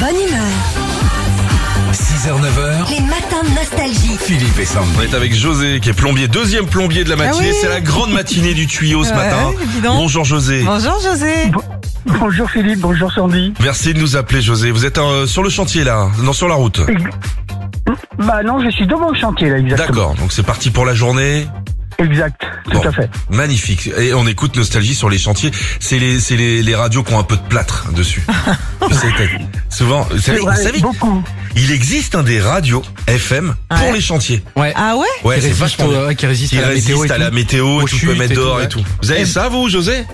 bonne humeur. 6h-9h, Les matins de nostalgie. Philippe et Sandy. On est avec José qui est plombier, deuxième plombier de la matinée. Ah oui. C'est la grande matinée du tuyau ce Ouais, matin. dis donc. Bonjour José. Bonjour José. Bonjour Philippe, bonjour Sandy. Merci de nous appeler José. Vous êtes euh, sur le chantier là, non sur la route. Bah non, je suis devant le chantier là, exactement. D'accord. Donc c'est parti pour la journée. Exact, tout Bon. à fait. Magnifique. Et on écoute Nostalgie sur les chantiers. C'est les c'est les, les radios qui ont un peu de plâtre dessus. Vous savez, souvent, vous savez, C'est vrai, vous savez, beaucoup. il existe un des radios FM pour Ouais. les chantiers. Ah ouais Ouais, qui c'est résiste, vachement au- bien. ouais, qui résiste Il à la météo. résiste et à la tout. météo et Aux tout, tu peux chutes mettre et tout, dehors et ouais. tout. Vous avez ça vous José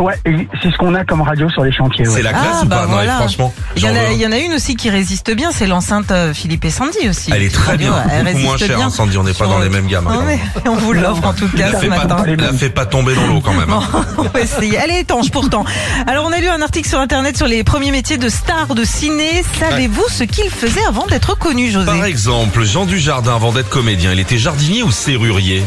Ouais, et c'est ce qu'on a comme radio sur les chantiers. C'est Ouais. la Ah, classe ou bah pas Non, mais voilà. franchement. Il y, en j'en a, veux un. il y en a une aussi qui résiste bien, c'est l'enceinte euh, Philippe et Sandy aussi. Elle est très bien, Elle beaucoup résiste moins chère, bien. hein, Sandy, on n'est pas Sur- dans les mêmes gammes. Non, hein. mais on vous l'offre en tout La cas ce fait pas, matin. la fait pas tomber dans l'eau quand même. hein. On va essayer. Elle est étanche pourtant. Alors on a lu un article sur internet sur les premiers métiers de stars de ciné. Savez-vous ce qu'ils faisaient avant d'être connus, José Par exemple, Jean Dujardin, avant d'être comédien, il était jardinier ou serrurier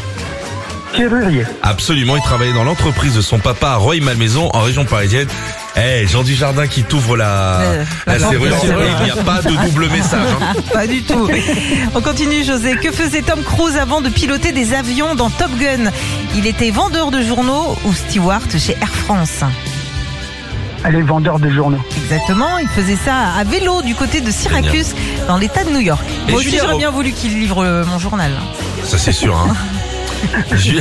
Serrurier. Absolument, il travaillait dans l'entreprise de son papa à Roy-Malmaison, en région parisienne. Eh, Jean Dujardin qui t'ouvre la, Euh, la la serrure, porte de la serrure. il n'y a pas de double message. hein. Pas du tout. On continue, José. Que faisait Tom Cruise avant de piloter des avions dans Top Gun Il était vendeur de journaux ou steward chez Air France. Elle est vendeur de journaux. Exactement, il faisait ça à vélo du côté de Syracuse, dans l'état de New York. Et Moi aussi, Julien j'aurais Ro- bien voulu qu'il livre euh, mon journal. Ça c'est sûr. Hein. Ju-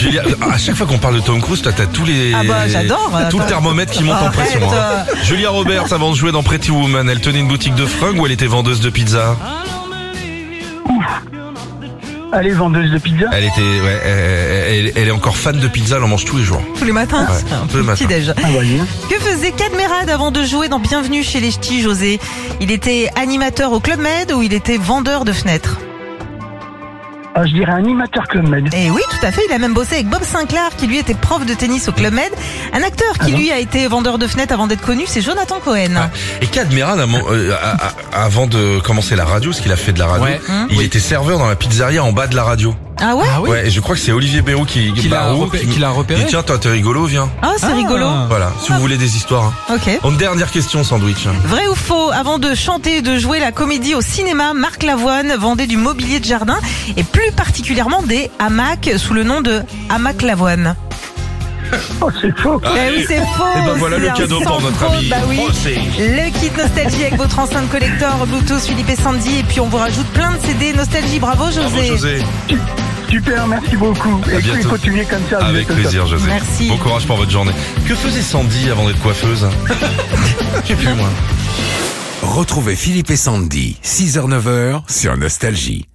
Julia, à chaque fois qu'on parle de Tom Cruise, toi t'as tous les Ah bah, j'adore, tout le attends. thermomètre qui monte en Arrête, pression. hein. Julia Roberts, avant de jouer dans Pretty Woman, elle tenait une boutique de fringues ou elle était vendeuse de pizza Ah. Elle est vendeuse de pizza. Elle était, ouais, elle, elle- elle est encore fan de pizza, elle en mange tous les jours. Tous les matins, Ouais, c'est un tous les matins. petit déj. Ah, voyez. Que faisait Cadmerade avant de jouer dans Bienvenue chez les Ch'tis, José Il était animateur au Club Med ou il était vendeur de fenêtres Ah, je dirais animateur Club Med. Et Eh oui, tout à fait, il a même bossé avec Bob Sinclair, qui lui était prof de tennis au Club Med. Un acteur qui lui a été vendeur de fenêtres avant d'être connu, c'est Jonathan Cohen. Ah, Et Cadmeran, avant- euh, à- à- avant de commencer la radio, parce qu'il a fait de la radio, Ouais. Hum. il était serveur dans la pizzeria en bas de la radio. Ah ouais Ah oui. Ouais, et je crois que c'est Olivier Béraud qui, Qui l'a Barraud repé- qui- qui l'a repéré. dit, tiens, toi t'es rigolo, viens. Ah, c'est Ah. rigolo. Voilà, si vous voulez des histoires. hein. Ok. Une dernière question, sandwich. Vrai ou faux, avant de chanter et de jouer la comédie au cinéma, Marc Lavoine vendait du mobilier de jardin et plus particulièrement des hamacs sous le nom de hamac Lavoine. Oh, c'est faux. Ah. Eh oui, c'est faux. Et ben voilà c'est le un cadeau sans pour notre faute, ami. Bah oui. Oh, c'est- Le kit Nostalgie avec votre enceinte collector Bluetooth Philippe et Sandy et puis on vous rajoute plein de CD Nostalgie. Bravo José. Bravo José. Super, merci beaucoup. Et puis, bientôt. continuez comme ça. vous Avec êtes au top. plaisir José. Ah, Merci. Bon courage pour votre journée. Que faisait Sandy avant d'être coiffeuse Je sais plus moi. Retrouvez Philippe et Sandy, 6h-9h sur Nostalgie.